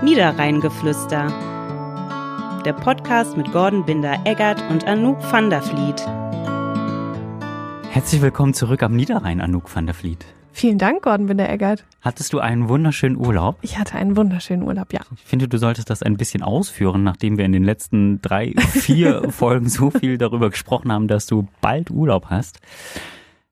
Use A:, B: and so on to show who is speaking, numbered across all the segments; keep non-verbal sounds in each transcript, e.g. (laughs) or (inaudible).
A: Niederrheingeflüster. Der Podcast mit Gordon Binder-Eggert und Anouk van der Vliet.
B: Herzlich willkommen zurück am Niederrhein, Anouk van der Vliet.
C: Vielen Dank, Gordon Binder-Eggert.
B: Hattest du einen wunderschönen Urlaub?
C: Ich hatte einen wunderschönen Urlaub, ja.
B: Ich finde, du solltest das ein bisschen ausführen, nachdem wir in den letzten drei,
C: (laughs)
B: vier Folgen so viel darüber gesprochen haben, dass du bald Urlaub hast.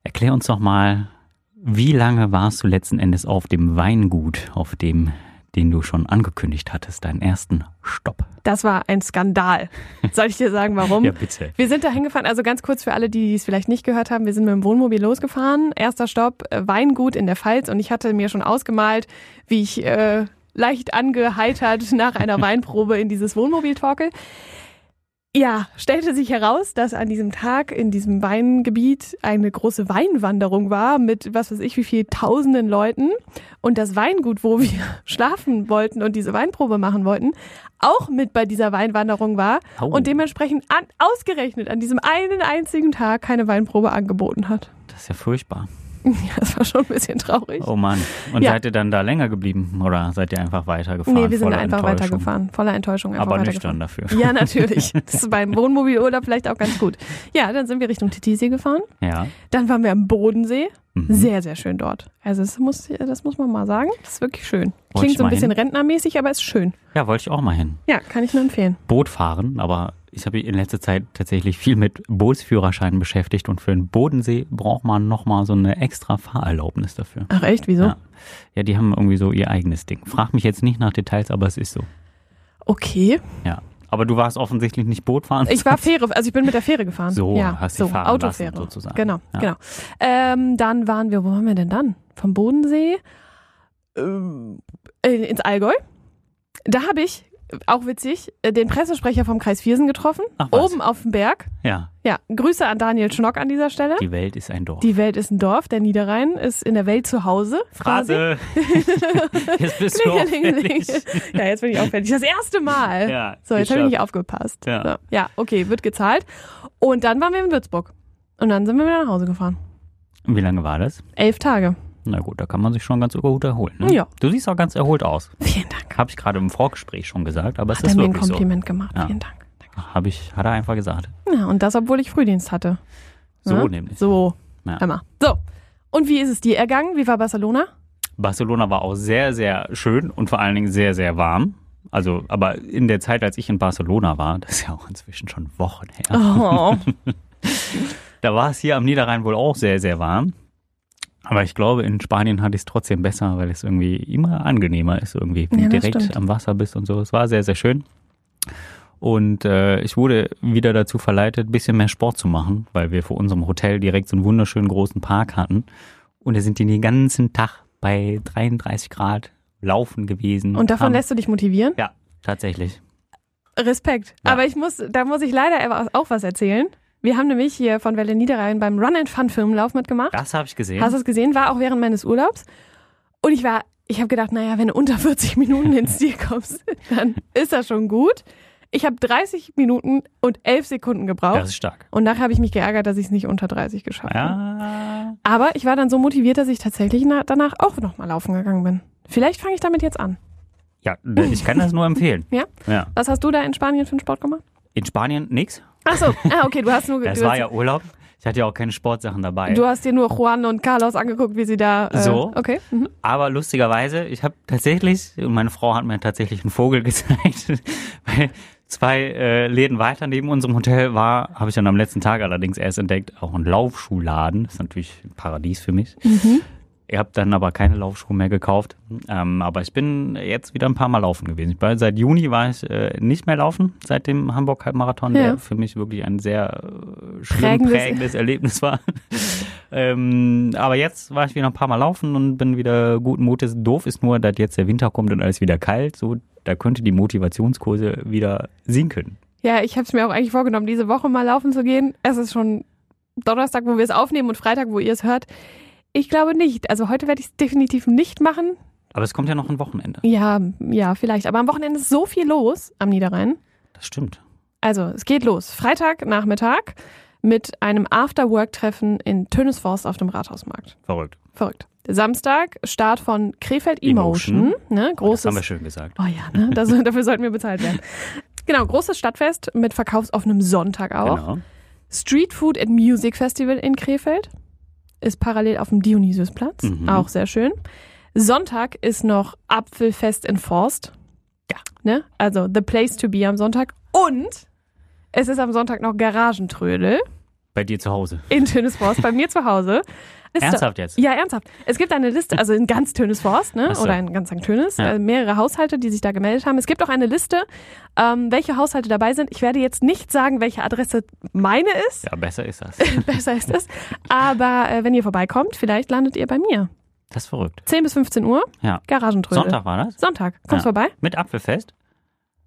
B: Erklär uns doch mal, wie lange warst du letzten Endes auf dem Weingut, auf dem den du schon angekündigt hattest, deinen ersten Stopp.
C: Das war ein Skandal. Soll ich dir sagen, warum?
B: ja, bitte.
C: Wir sind da hingefahren, also ganz kurz für alle, die es vielleicht nicht gehört haben, wir sind mit dem Wohnmobil losgefahren. Erster Stopp, äh, Weingut in der Pfalz und ich hatte mir schon ausgemalt, wie ich äh, leicht angeheitert (laughs) nach einer Weinprobe in dieses Wohnmobil torkel. Ja, stellte sich heraus, dass an diesem Tag in diesem Weingebiet eine große Weinwanderung war mit was weiß ich wie viel tausenden Leuten und das Weingut, wo wir (laughs) schlafen wollten und diese Weinprobe machen wollten, auch mit bei dieser Weinwanderung war
B: Au.
C: und dementsprechend an, ausgerechnet an diesem einen einzigen Tag keine Weinprobe angeboten hat. (laughs)
B: Das ist ja furchtbar.
C: Ja, das war schon ein bisschen traurig.
B: Oh Mann. Und
C: Ja.
B: seid ihr dann da länger geblieben oder seid ihr einfach weitergefahren?
C: nee, wir sind
B: voller
C: einfach
B: Enttäuschung?
C: weitergefahren, voller Enttäuschung. Einfach
B: Aber
C: weitergefahren.
B: nüchtern dafür.
C: (laughs) Ja,
B: (laughs)
C: natürlich. Das ist beim Wohnmobilurlaub vielleicht auch ganz gut. Ja, dann sind wir Richtung Titisee gefahren.
B: Ja.
C: Dann waren wir am Bodensee.
B: Mhm.
C: Sehr, sehr schön dort. Also das muss, das muss man mal sagen. Das ist wirklich
B: Wollt
C: schön.
B: ich
C: Klingt so
B: mal
C: ein bisschen
B: hin?
C: rentnermäßig, aber ist schön.
B: Ja, wollte ich auch mal hin.
C: Ja, kann ich nur empfehlen.
B: Boot fahren, aber ich habe mich in letzter Zeit tatsächlich viel mit Bootsführerscheinen beschäftigt und für den Bodensee braucht man nochmal so eine extra Fahrerlaubnis dafür.
C: Ach echt, wieso?
B: Ja. ja, die haben irgendwie so ihr eigenes Ding. Frag mich jetzt nicht nach Details, aber es ist so. (laughs)
C: Okay.
B: Ja. Aber du warst offensichtlich nicht Bootfahren.
C: Ich war Fähre, also ich bin mit der Fähre gefahren.
B: So,
C: ja,
B: hast dich
C: so,
B: fahren
C: Autofähre.
B: lassen, sozusagen.
C: Genau,
B: Ja.
C: genau. Ähm, dann waren wir, wo waren wir denn dann? Vom Bodensee ähm, äh, ins Allgäu. Da habe ich, äh, auch witzig, äh, den Pressesprecher vom Kreis Viersen getroffen.
B: Ach was.
C: oben auf dem Berg.
B: Ja,
C: Ja, Grüße an Daniel Schnock an dieser Stelle.
B: die Welt ist ein Dorf.
C: Die Welt ist ein Dorf, der Niederrhein ist in der Welt zu Hause. Quasi.
B: Phrase.
C: (laughs)
B: jetzt bist du
C: Klingelingeling.
B: auffällig.
C: Ja, jetzt bin ich auffällig. Das erste Mal.
B: Ja,
C: So, jetzt habe ich
B: geschafft.
C: nicht aufgepasst.
B: Ja.
C: So. ja, okay, wird gezahlt. Und dann waren wir in Würzburg. Und dann sind wir wieder nach Hause gefahren.
B: Und Wie lange war das?
C: Elf Tage.
B: Na gut, da kann man sich schon ganz gut erholen. Ne?
C: Ja.
B: Du siehst auch ganz erholt aus.
C: Vielen Dank.
B: Habe ich gerade im Vorgespräch schon gesagt, aber es
C: Hat er
B: ist
C: mir ein
B: wirklich so.
C: Kompliment gemacht.
B: Ja.
C: Vielen Dank.
B: Habe ich, hat er einfach gesagt.
C: Ja, und das, obwohl ich Frühdienst hatte.
B: So
C: Ja?
B: nämlich.
C: So,
B: Ja.
C: Emma. So, und wie ist es dir ergangen? Wie war Barcelona?
B: Barcelona war auch sehr, sehr schön und vor allen Dingen sehr, sehr warm. Also, aber in der Zeit, als ich in Barcelona war, das ist ja auch inzwischen schon Wochen her, (laughs)
C: Oh,
B: da war es hier am Niederrhein wohl auch sehr, sehr warm. Aber ich glaube, in Spanien hatte ich es trotzdem besser, weil es irgendwie immer angenehmer ist, irgendwie, wenn
C: Ja,
B: du
C: das
B: direkt
C: stimmt.
B: am Wasser bist und so. Es war sehr, sehr schön. Und äh, ich wurde wieder dazu verleitet, ein bisschen mehr Sport zu machen, weil wir vor unserem Hotel direkt so einen wunderschönen großen Park hatten. Und da sind die den ganzen Tag bei 33 Grad laufen gewesen.
C: und davon
B: Haben-
C: lässt du dich motivieren?
B: Ja, tatsächlich.
C: Respekt.
B: Ja.
C: Aber ich muss, da muss ich leider aber auch was erzählen. Wir haben nämlich hier von Welle Niederrhein beim Run and Fun Filmlauf mitgemacht.
B: Das habe ich gesehen.
C: Hast du es gesehen? War auch während meines Urlaubs. Und ich war, ich habe gedacht, naja, wenn du unter 40 Minuten ins Ziel kommst, (laughs) dann ist das schon gut. Ich habe 30 Minuten und 11 Sekunden gebraucht.
B: das ist stark.
C: und nachher habe ich mich geärgert, dass ich es nicht unter 30 geschafft habe.
B: Ja,
C: Aber ich war dann so motiviert, dass ich tatsächlich na, danach auch nochmal laufen gegangen bin. Vielleicht fange ich damit jetzt an.
B: ja, ich kann das nur empfehlen.
C: Ja?
B: Ja.
C: Was hast du da in Spanien für einen
B: (laughs)
C: Sport gemacht?
B: In Spanien nix.
C: Ach so, ah, okay, du hast nur
B: Das
C: du
B: war
C: hast,
B: ja Urlaub. Ich hatte ja auch keine Sportsachen dabei.
C: Du hast dir nur Juan und Carlos angeguckt, wie sie da. Äh,
B: So.
C: Okay. Mhm.
B: Aber lustigerweise, ich habe tatsächlich, meine Frau hat mir tatsächlich einen Vogel (laughs) gezeigt, weil zwei äh, Läden weiter neben unserem Hotel war, habe ich dann am letzten Tag allerdings erst entdeckt, auch ein Laufschuhladen. Das ist natürlich ein Paradies für mich.
C: Mhm.
B: Ich habe dann aber keine Laufschuhe mehr gekauft. Ähm, aber ich bin jetzt wieder ein paar Mal laufen gewesen. Ich war, seit Juni war ich äh, nicht mehr laufen, seit dem Hamburg-Halbmarathon,
C: Ja.
B: der für mich wirklich ein sehr äh, schlimm
C: Prägendes-
B: prägendes Erlebnis
C: (laughs)
B: war. Ähm, aber jetzt war ich wieder ein paar Mal laufen und bin wieder guten Mutes. Doof ist nur, dass jetzt der Winter kommt und alles wieder kalt. So, da könnte die Motivationskurse wieder sinken.
C: Ja, ich habe es mir auch eigentlich vorgenommen, diese Woche mal laufen zu gehen. Es ist schon Donnerstag, wo wir es aufnehmen und Freitag, wo ihr es hört. Ich glaube nicht. Also heute werde ich es definitiv nicht machen.
B: Aber es kommt ja noch ein Wochenende.
C: Ja, ja, vielleicht. Aber am Wochenende ist so viel los am Niederrhein.
B: Das stimmt.
C: Also, es geht los. Freitagnachmittag mit einem After-Work-Treffen in Tönesforst auf dem Rathausmarkt.
B: Verrückt.
C: Verrückt. Samstag, Start von Krefeld Emotion. Ne?
B: Das
C: Großes,
B: haben wir schön gesagt.
C: Oh ja, ne? das, (laughs) dafür sollten wir
B: (laughs)
C: bezahlt werden. Genau, großes Stadtfest mit verkaufsoffenem Sonntag auch.
B: Genau.
C: Street Food and Music Festival in Krefeld ist parallel auf dem Dionysiusplatz,
B: Mhm.
C: auch sehr schön. Sonntag ist noch Apfelfest in Forst. Ja. Ne? Also the place to be am Sonntag. Und es ist am Sonntag noch Garagentrödel
B: Bei dir zu Hause.
C: in Tönesforst bei mir zu Hause. Ist da-
B: Ernsthaft jetzt?
C: ja, ernsthaft. Es gibt eine Liste, also in ganz Tönesforst, ne?
B: Ach so.
C: Oder in ganz St. Tönis,
B: Ja.
C: äh, mehrere Haushalte, die sich da gemeldet haben. Es gibt auch eine Liste, ähm, welche Haushalte dabei sind. Ich werde jetzt nicht sagen, welche Adresse meine ist.
B: Ja, besser ist
C: (laughs)
B: das.
C: Besser ist es. Aber äh, wenn ihr vorbeikommt, vielleicht landet ihr bei mir.
B: Das ist verrückt.
C: 10 bis 15 Uhr,
B: Ja.
C: Garagentrödel.
B: Sonntag war das?
C: Sonntag. Kommst
B: Ja.
C: vorbei?
B: Mit Apfelfest?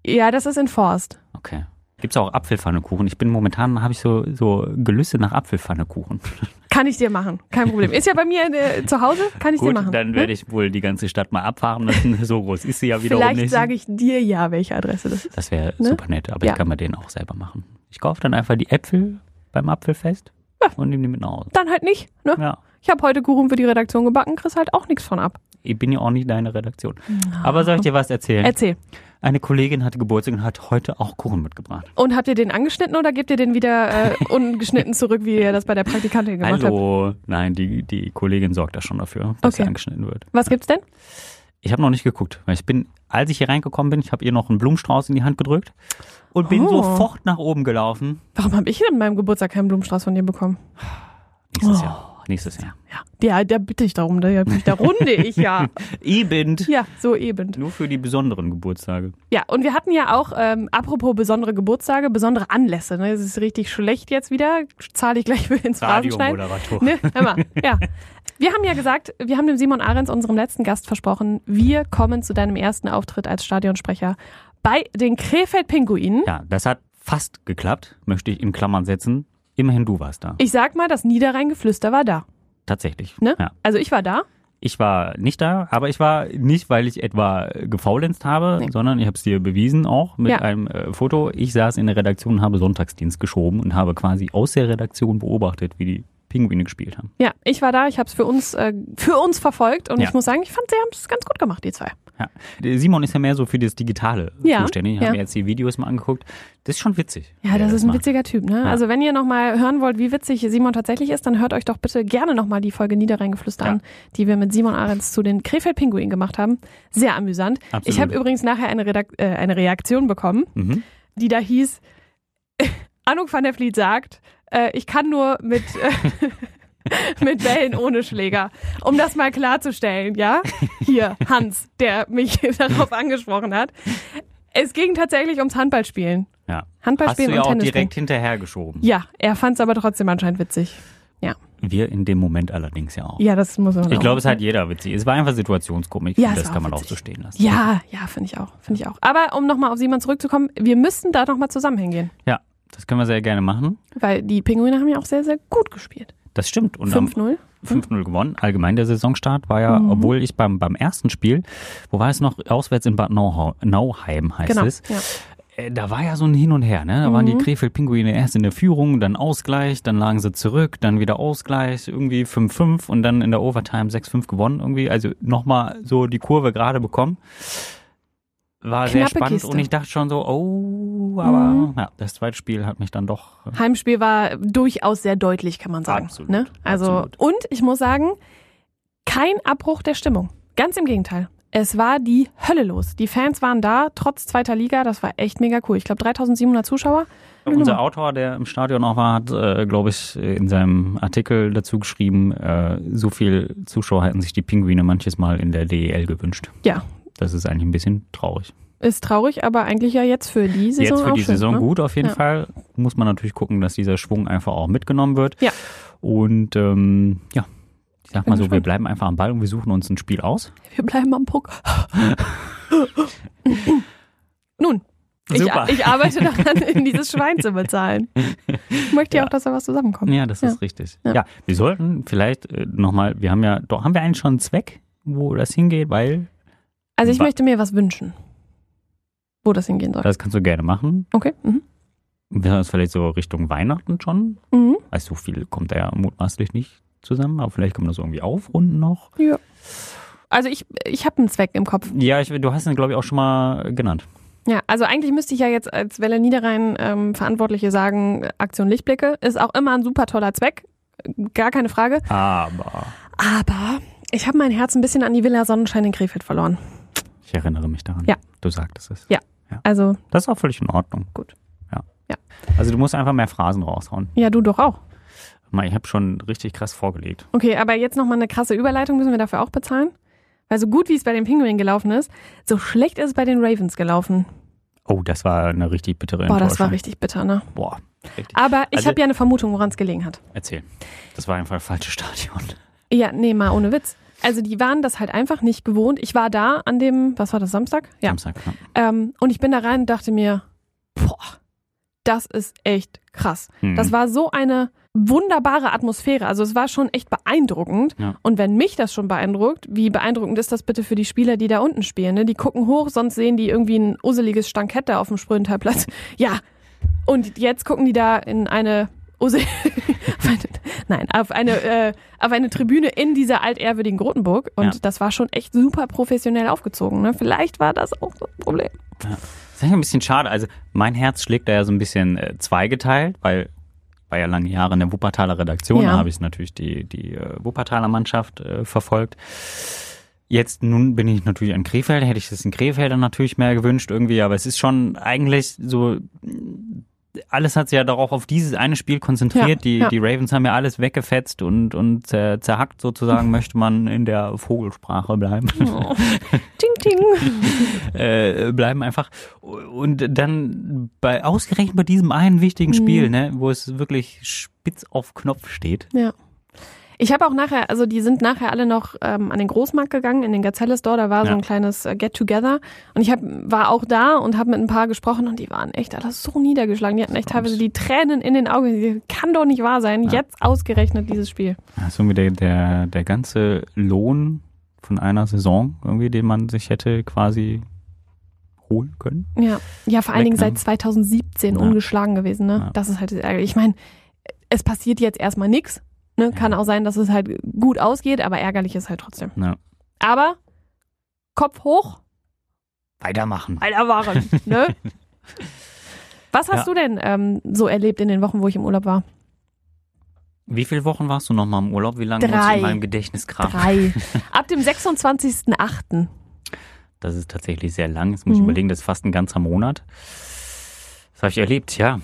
C: Ja, das ist in Forst.
B: Okay. Gibt's auch Apfelpfannekuchen? Ich bin momentan, habe ich so, so Gelüste nach Apfelpfannekuchen.
C: Kann ich dir machen. Kein Problem. Ist ja bei mir äh, zu Hause, kann ich dir
B: Gut,
C: machen. ne?
B: dann werde ich wohl die ganze Stadt mal abfahren müssen. (laughs) So groß ist sie ja wiederum
C: Vielleicht
B: nicht.
C: sage ich dir ja, welche Adresse das ist.
B: das wäre
C: Ne?
B: super nett, aber
C: Ja.
B: ich kann mir den auch selber machen. Ich kaufe dann einfach die Äpfel beim Apfelfest und nehme die mit nach Hause.
C: Dann halt nicht. Ne?
B: Ja.
C: Ich habe heute Kuchen für die Redaktion gebacken, kriegst halt auch nichts von ab.
B: Ich bin ja auch nicht deine Redaktion. Aber soll ich dir was erzählen?
C: Erzähl.
B: Eine Kollegin hatte Geburtstag und hat heute auch Kuchen mitgebracht.
C: Und habt ihr den angeschnitten oder gebt ihr den wieder äh, ungeschnitten zurück, wie ihr das bei der Praktikantin gemacht habt?
B: Hallo. Nein, die, die Kollegin sorgt da schon dafür, dass
C: Okay.
B: sie angeschnitten wird.
C: Was gibt's denn?
B: Ich habe noch nicht geguckt, weil ich bin, als ich hier reingekommen bin, ich habe ihr noch einen Blumenstrauß in die Hand gedrückt und bin
C: Oh.
B: sofort nach oben gelaufen.
C: Warum habe ich denn an meinem Geburtstag keinen Blumenstrauß von dir bekommen?
B: Nächstes
C: Oh.
B: Jahr. Nächstes Jahr.
C: Ja, da bitte ich darum, da, da runde ich ja.
B: Eben.
C: Ja, so eben.
B: Nur für die besonderen Geburtstage.
C: Ja, und wir hatten ja auch, ähm, apropos besondere Geburtstage, besondere Anlässe. Ne? Es ist richtig schlecht jetzt wieder. Zahle ich gleich für ins Phrasenschwein.
B: Radiomoderator.
C: Ne, hör mal, ja. Wir haben ja gesagt, wir haben dem Simon Ahrens, unserem letzten Gast, versprochen, wir kommen zu deinem ersten Auftritt als Stadionsprecher bei den Krefeld Pinguinen.
B: Ja, das hat fast geklappt, möchte ich in Klammern setzen. Immerhin du warst da.
C: Ich sag mal, das Niederrheingeflüster war da.
B: Tatsächlich.
C: Ne?
B: Ja.
C: Also ich war da.
B: Ich war nicht da, aber ich war nicht, weil ich etwa gefaulenzt habe,
C: Nee.
B: sondern ich habe es dir bewiesen auch mit
C: Ja.
B: einem äh, Foto. Ich saß in der Redaktion und habe Sonntagsdienst geschoben und habe quasi aus der Redaktion beobachtet, wie die Pinguine gespielt haben.
C: Ja, ich war da. Ich habe es für uns äh, für uns verfolgt und
B: Ja.
C: ich muss sagen, ich fand, sie haben es ganz gut gemacht, die zwei.
B: Ja. Der Simon ist ja mehr so für das Digitale
C: Ja,
B: zuständig. Ich habe
C: ja.
B: mir jetzt die Videos mal angeguckt. Das ist schon witzig.
C: Ja,
B: wie er
C: das ist ein
B: macht.
C: witziger Typ. Ne?
B: Ja.
C: Also wenn ihr nochmal hören wollt, wie witzig Simon tatsächlich ist, dann hört euch doch bitte gerne nochmal die Folge Niederrheingeflüster
B: Ja.
C: an, die wir mit Simon Ahrens zu den Krefeld-Pinguinen gemacht haben. Sehr amüsant.
B: Absolut.
C: Ich habe übrigens nachher eine, Redakt äh, eine Reaktion bekommen,
B: Mhm.
C: die da hieß, (laughs) Anuk van der Vliet sagt, äh, ich kann nur mit... Äh, (laughs) Mit Wellen ohne Schläger. Um das mal klarzustellen, ja? Hier, Hans, der mich (laughs) darauf angesprochen hat. Es ging tatsächlich ums Handballspielen.
B: Ja. Hast
C: Handballspielen
B: du ja
C: und
B: auch
C: Tennisspielen.
B: direkt hinterhergeschoben.
C: Ja, er fand es aber trotzdem anscheinend witzig.
B: Wir in dem Moment allerdings ja auch.
C: Ja, das muss man
B: Ich
C: auch-
B: glaube, es hat jeder witzig. Es war einfach Situationskomik.
C: Ja,
B: und
C: es
B: das
C: war
B: kann man
C: witzig.
B: auch so stehen lassen.
C: Ja, ja, finde ich auch, finde ich auch. Aber um nochmal auf Simon zurückzukommen, wir müssten da nochmal zusammen hingehen,
B: ja, das können wir sehr gerne machen.
C: weil die Pinguine haben ja auch sehr, sehr gut gespielt.
B: Das stimmt. Und am
C: 5-0.
B: 5-0 gewonnen. Allgemein der Saisonstart war
C: Mhm.
B: ja, obwohl ich beim, beim ersten Spiel, wo war es noch, auswärts in Bad Nauha- Nauheim heißt
C: Genau.
B: es,
C: Ja.
B: äh, da war ja so ein Hin und Her. Ne? Da waren die
C: Mhm.
B: Krefeld-Pinguine erst in der Führung, dann Ausgleich, dann lagen sie zurück, dann wieder Ausgleich, irgendwie 5-5 und dann in der Overtime 6-5 gewonnen irgendwie. Also nochmal so die Kurve gerade bekommen. War sehr
C: Knappe
B: spannend
C: Kiste.
B: und ich dachte schon so, oh, aber
C: Mhm.
B: ja, das zweite Spiel hat mich dann doch
C: Heimspiel war durchaus sehr deutlich, kann man sagen.
B: Absolut,
C: Ne? Also,
B: absolut.
C: und ich muss sagen, kein Abbruch der Stimmung. Ganz im Gegenteil. Es war die Hölle los. Die Fans waren da, trotz zweiter Liga. Das war echt mega cool. Ich glaube, 3700 Zuschauer.
B: Unser Autor, der im Stadion auch war, hat, äh, glaube ich, in seinem Artikel dazu geschrieben, äh, so viel Zuschauer hätten sich die Pinguine manches Mal in der DEL gewünscht.
C: Ja,
B: Das ist eigentlich ein bisschen traurig.
C: Ist traurig, aber eigentlich ja jetzt für die Saison
B: Jetzt für
C: auch
B: die
C: schön,
B: Saison
C: ne?
B: gut auf jeden
C: Ja.
B: Fall. Muss man natürlich gucken, dass dieser Schwung einfach auch mitgenommen wird.
C: Ja.
B: Und ähm, ja, ich sag
C: Bin
B: mal so, wir
C: gespannt.
B: bleiben einfach am Ball und wir suchen uns ein Spiel aus.
C: Wir bleiben am Puck. (laughs) Nun, ich,
B: Super.
C: ich arbeite daran, in dieses Schwein zu bezahlen. Ich möchte ja, auch, dass da was zusammenkommt.
B: Ja, das
C: Ja.
B: ist richtig.
C: Ja.
B: Ja. wir sollten vielleicht äh, nochmal, wir haben ja, doch, haben wir eigentlich schon einen Zweck, wo das hingeht, weil
C: Also ich
B: Wa-
C: möchte mir was wünschen, wo das hingehen soll.
B: das kannst du gerne machen.
C: Okay. Mhm.
B: Wäre es vielleicht so Richtung Weihnachten schon?
C: Mhm.
B: Weil so viel kommt da ja mutmaßlich nicht zusammen, aber vielleicht kann man das irgendwie aufrunden noch.
C: Ja. Also ich, ich habe einen Zweck im Kopf.
B: Ja, ich, du hast ihn, glaube ich, auch schon mal genannt.
C: Ja, also eigentlich müsste ich ja jetzt als Welle Niederrhein ähm, Verantwortliche sagen, Aktion Lichtblicke ist auch immer ein super toller Zweck, gar keine Frage.
B: Aber
C: Aber ich habe mein Herz ein bisschen an die Villa Sonnenschein in Krefeld verloren.
B: ich erinnere mich daran.
C: Ja.
B: Du sagtest es.
C: Also,
B: Das ist auch völlig in Ordnung.
C: Gut.
B: Ja.
C: Ja.
B: Also du musst einfach mehr Phrasen raushauen.
C: ja, du doch auch.
B: Mal, Ich habe schon richtig krass vorgelegt.
C: Okay, aber jetzt nochmal eine krasse Überleitung, müssen wir dafür auch bezahlen? Weil so gut wie es bei den Pinguinen gelaufen ist, so schlecht ist es bei den Ravens gelaufen.
B: Oh, das war eine richtig bittere
C: Boah, das war
B: Enttäuschung.
C: richtig bitter, ne?
B: Boah, richtig.
C: Aber ich
B: Also-
C: habe ja eine Vermutung, woran es gelegen hat.
B: Erzähl. Das war einfach falsches Stadion.
C: Ja, nee, mal ohne Witz. Also die waren das halt einfach nicht gewohnt. Ich war da an dem, was war das, Samstag? Ja.
B: Samstag. ja.
C: Ähm, und ich bin da rein und dachte mir, boah, das ist echt krass.
B: Hm.
C: Das war so eine wunderbare Atmosphäre. Also es war schon echt beeindruckend.
B: Ja.
C: Und wenn mich das schon beeindruckt, wie beeindruckend ist das bitte für die Spieler, die da unten spielen? Ne? Die gucken hoch, sonst sehen die irgendwie ein usseliges Stankett da auf dem Spröntalplatz. (laughs) Ja. Und jetzt gucken die da in eine Usse auf eine- (laughs) Nein, auf eine, äh, auf eine Tribüne in dieser altehrwürdigen Grotenburg. Und
B: Ja.
C: das war schon echt super professionell aufgezogen. Ne? Vielleicht war das auch das Problem.
B: Das ist eigentlich ein bisschen schade. Also mein Herz schlägt da ja so ein bisschen äh, zweigeteilt, weil ich war ja lange Jahre in der Wuppertaler Redaktion,
C: Ja.
B: da habe ich natürlich die, die äh, Wuppertaler Mannschaft äh, verfolgt. Jetzt nun bin ich natürlich an Krefeld, hätte ich es in Krefeld dann natürlich mehr gewünscht irgendwie, aber es ist schon eigentlich so, alles hat sich ja darauf auf dieses eine Spiel konzentriert.
C: Ja,
B: die,
C: ja.
B: die Ravens haben ja alles weggefetzt und, und äh, zerhackt
C: (laughs)
B: sozusagen, möchte man in der Vogelsprache bleiben
C: Ting, ting.
B: äh, bleiben einfach. Und dann bei ausgerechnet bei diesem einen
C: Mhm.
B: wichtigen Spiel, ne, wo es wirklich spitz auf Knopf steht.
C: Ja. Ich habe auch nachher, also die sind nachher alle noch ähm, an den Großmarkt gegangen, in den Gazelle Store, da war so
B: Ja.
C: ein kleines äh, Get-Together und ich hab, war auch da und habe mit ein paar gesprochen und die waren echt alle so niedergeschlagen, die hatten echt teilweise die Tränen in den Augen, Die- kann doch nicht wahr sein, jetzt ausgerechnet dieses Spiel.
B: Das ist irgendwie der, der, der ganze Lohn von einer Saison, irgendwie, den man sich hätte quasi holen können.
C: Ja, ja vor
B: Weg,
C: allen Dingen
B: ne?
C: seit 2017
B: Ja.
C: ungeschlagen gewesen, ne?
B: Ja.
C: das ist halt das Ärgerliche. Ich meine, es passiert jetzt erstmal nichts, ne? kann auch sein, dass es halt gut ausgeht, aber ärgerlich ist halt trotzdem.
B: Ja.
C: Aber Kopf hoch,
B: Weitermachen.
C: Alter Waren, (laughs) ne? Was hast
B: Ja.
C: du denn ähm, so erlebt in den Wochen, wo ich im Urlaub war?
B: Wie viele Wochen warst du nochmal im Urlaub? Wie lange
C: Drei.
B: musst du in meinem Gedächtnis kramen?
C: Drei. Ab dem 26.08.
B: Das ist tatsächlich sehr lang. Jetzt muss ich
C: Mhm.
B: überlegen, das ist fast ein ganzer Monat. Das habe ich erlebt, ja.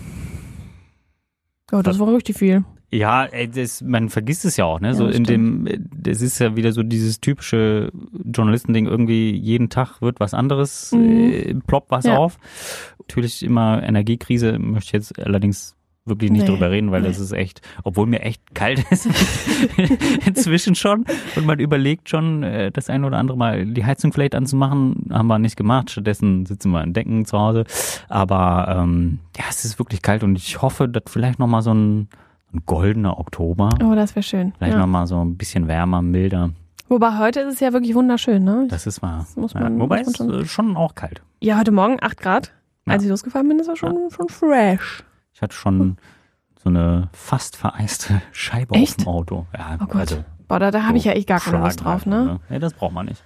C: Ja, das war richtig viel.
B: Ja, ey, das, man vergisst es ja auch, ne? So
C: das
B: in dem, das ist ja wieder so dieses typische Journalistending, irgendwie jeden Tag wird was anderes,
C: Mhm.
B: äh, ploppt was
C: Ja.
B: auf. Natürlich immer Energiekrise, möchte ich jetzt allerdings wirklich nicht
C: Nee,
B: drüber reden, weil
C: nee.
B: das ist echt, obwohl mir echt kalt (laughs) ist inzwischen schon und man überlegt schon, äh, das ein oder andere Mal die Heizung vielleicht anzumachen, haben wir nicht gemacht, stattdessen sitzen wir in Decken zu Hause, aber ähm, ja, es ist wirklich kalt und ich hoffe, dass vielleicht nochmal so ein, ein goldener Oktober,
C: Oh, das wäre schön.
B: vielleicht noch
C: Ja.
B: nochmal so ein bisschen wärmer, milder,
C: Wobei heute ist es ja wirklich wunderschön, ne?
B: das ist wahr.
C: Das muss
B: ja,
C: man-
B: wobei
C: muss
B: es
C: man schon-
B: äh, schon auch kalt.
C: Ja, heute Morgen 8 Grad. Als
B: Ja.
C: ich losgefahren bin, ist das schon, schon fresh.
B: Ich hatte
C: Hm.
B: schon so eine fast vereiste (laughs) Scheibe auf
C: Echt?
B: dem Auto. Ja, also
C: Oh Gott. Boah, da, da habe ich ja echt gar keine Lust drauf,
B: Fragen
C: ne?
B: halt, Ja, das braucht man nicht.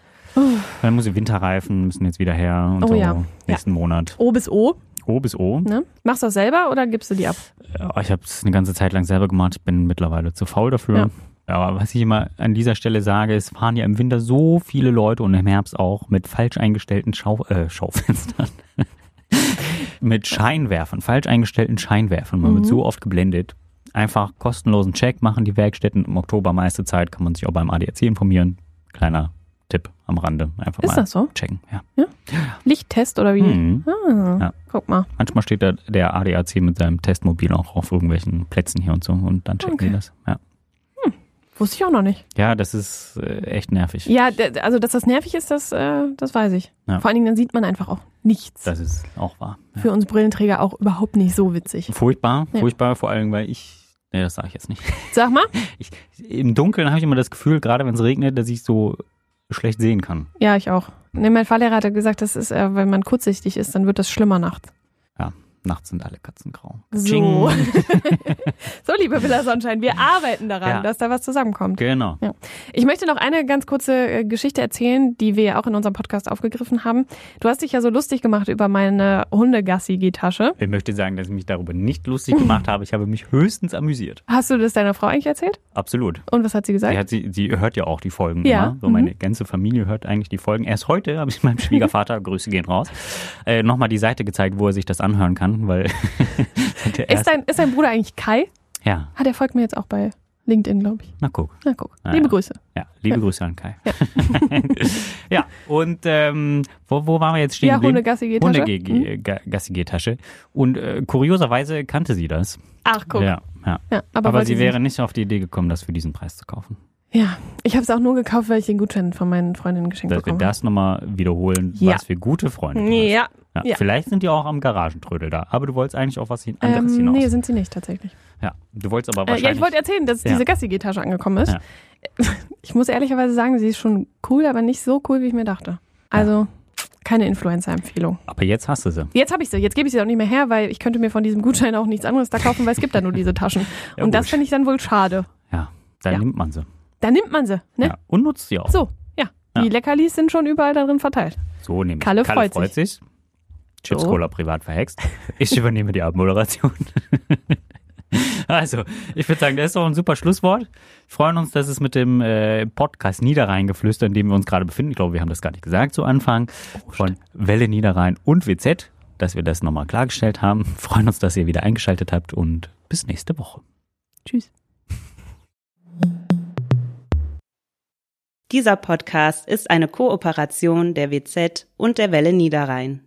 B: Dann muss ich Winterreifen, müssen jetzt wieder her und
C: Oh
B: so
C: ja.
B: nächsten Monat.
C: O bis O,
B: O bis O.
C: ne? Machst du das selber oder gibst du die ab?
B: Ja, ich habe es eine ganze Zeit lang selber gemacht, ich bin mittlerweile zu faul dafür. Aber was ich immer an dieser Stelle sage, es fahren ja im Winter so viele Leute und im Herbst auch mit falsch eingestellten Schau äh, Schaufenstern. (laughs) mit Scheinwerfern, falsch eingestellten Scheinwerfern. Man
C: Mhm.
B: wird so oft geblendet. Einfach kostenlosen Check machen die Werkstätten im Oktober meiste Zeit, kann man sich auch beim ADAC informieren. Kleiner Tipp am Rande. Einfach
C: Ist
B: mal
C: das so?
B: checken. Ja.
C: Lichttest oder wie?
B: Mhm.
C: Ah,
B: Ja.
C: Guck mal.
B: Manchmal steht da der ADAC mit seinem Testmobil auch auf irgendwelchen Plätzen hier und so und dann checken
C: Okay.
B: die das. Ja.
C: Wusste ich auch noch nicht.
B: Ja, das ist äh, echt nervig.
C: Ja, d- also dass das nervig ist, das, äh, das weiß ich.
B: Ja.
C: Vor allen Dingen, dann sieht man einfach auch nichts.
B: Das ist auch wahr.
C: Für uns Brillenträger auch überhaupt nicht so witzig.
B: Furchtbar,
C: Ja.
B: furchtbar, vor allem, weil ich. Nee, das sage ich jetzt nicht.
C: Sag mal.
B: Ich, Im Dunkeln habe ich immer das Gefühl, gerade wenn es regnet, dass ich so schlecht sehen kann.
C: Ja, ich auch. Nee, mein Fahrlehrer hat gesagt, das ist, äh, wenn man kurzsichtig ist, dann wird das schlimmer nachts.
B: Nachts sind alle Katzen grau.
C: So.
B: Tsching.
C: so, liebe Villa Sonnenschein, wir arbeiten daran,
B: Ja.
C: dass da was zusammenkommt.
B: (laughs) Genau.
C: Ja. Ich möchte noch eine ganz kurze äh, Geschichte erzählen, die wir ja auch in unserem Podcast aufgegriffen haben. Du hast dich ja so lustig gemacht über meine Hundegassi-Tasche.
B: Ich möchte sagen, dass ich mich darüber nicht lustig gemacht habe. Ich habe mich höchstens amüsiert.
C: Hast du das deiner Frau eigentlich erzählt?
B: Absolut.
C: Und was hat sie gesagt?
B: Sie, hat, sie, sie hört ja auch die Folgen
C: Ja,
B: immer. So
C: mhm.
B: Meine ganze Familie hört eigentlich die Folgen. Erst heute habe ich meinem
C: (laughs)
B: Schwiegervater, Grüße gehen raus, äh, nochmal die Seite gezeigt, wo er sich das anhören kann, weil (laughs) der
C: ist,
B: erste-
C: dein, ist dein Bruder eigentlich Kai?
B: Ja,
C: Ah, der folgt mir jetzt auch bei LinkedIn, glaube ich.
B: na guck.
C: Na guck.
B: Ah,
C: Liebe
B: ja.
C: Grüße.
B: Ja, liebe Grüße an (laughs) Kai. Ja, und ähm, wo, wo waren wir jetzt stehen?
C: Ja,
B: geblieben?
C: Hundegassi-Tasche. Mhm.
B: Hundegassi-Tasche. Und äh, kurioserweise kannte sie das.
C: Ach, guck.
B: Ja, ja.
C: Ja, aber
B: Aber,
C: wollte
B: sie wäre nicht auf die Idee gekommen, das für diesen Preis zu kaufen.
C: Ja, ich habe es auch nur gekauft, weil ich den Gutschein von meinen Freundinnen geschenkt
B: Dass wir
C: bekommen
B: das nochmal wiederholen,
C: Ja.
B: was wir gute Freunde
C: habe.
B: sind.
C: Ja.
B: Ja,
C: Ja.
B: Vielleicht sind die auch am Garagentrödel da, aber du wolltest eigentlich auf was hin- anderes
C: Ähm,
B: hinaus.
C: nee, sind sie nicht tatsächlich.
B: ja, du wolltest aber
C: Äh,
B: wahrscheinlich.
C: ja, ich wollte erzählen, dass
B: Ja.
C: diese Gassi-G-Tasche angekommen ist.
B: Ja.
C: (laughs) Ich muss ehrlicherweise sagen, sie ist schon cool, aber nicht so cool, wie ich mir dachte. Also keine Influencer-Empfehlung.
B: aber jetzt hast du sie.
C: Jetzt habe ich sie, jetzt gebe ich sie auch nicht mehr her, weil ich könnte mir von diesem Gutschein auch nichts anderes da kaufen, weil es gibt da nur diese Taschen.
B: (laughs) Ja,
C: Und das
B: gut.
C: finde ich dann wohl schade.
B: Ja, dann
C: Ja.
B: nimmt man sie.
C: Da nimmt man sie, ne?
B: Ja, und nutzt sie auch.
C: So, ja. Die Leckerlis sind schon überall darin verteilt.
B: So nehme ich.
C: Kalle freut
B: sich. Chips
C: So.
B: Cola privat verhext. Ich übernehme die Abmoderation. (laughs) Also, ich würde sagen, das ist doch ein super Schlusswort. Wir freuen uns, dass es mit dem äh, Podcast Niederrhein geflüstert, in dem wir uns gerade befinden. Ich glaube, wir haben das gar nicht gesagt zu Anfang. Von Welle Niederrhein und WZ, dass wir das nochmal klargestellt haben. Wir freuen uns, dass ihr wieder eingeschaltet habt und bis nächste Woche.
C: Tschüss.
A: Dieser Podcast ist eine Kooperation der WZ und der Welle Niederrhein.